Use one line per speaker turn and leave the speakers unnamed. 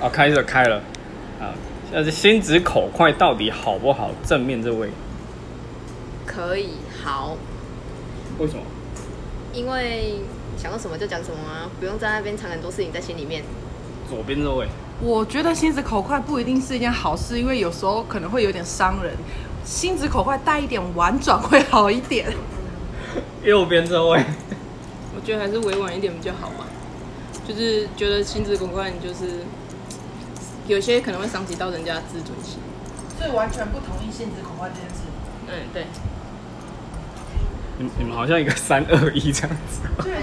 啊，开着开了啊，呃，心直口快到底好不好？正面这位
可以好，
为什么？
因为想到什么就讲什么啊，不用在那边藏很多事情在心里面。
左边这位
我觉得心直口快不一定是一件好事，因为有时候可能会有点伤人。心直口快带一点婉转会好一点。
右边这 位，
我觉得还是委婉一点比较好吧。就是觉得心直口快，你就是有些可能会伤及到人家的自尊心。
所以完全不同意心直口快这件事。
嗯，对，
你你们好像一个三二一这样子。
对，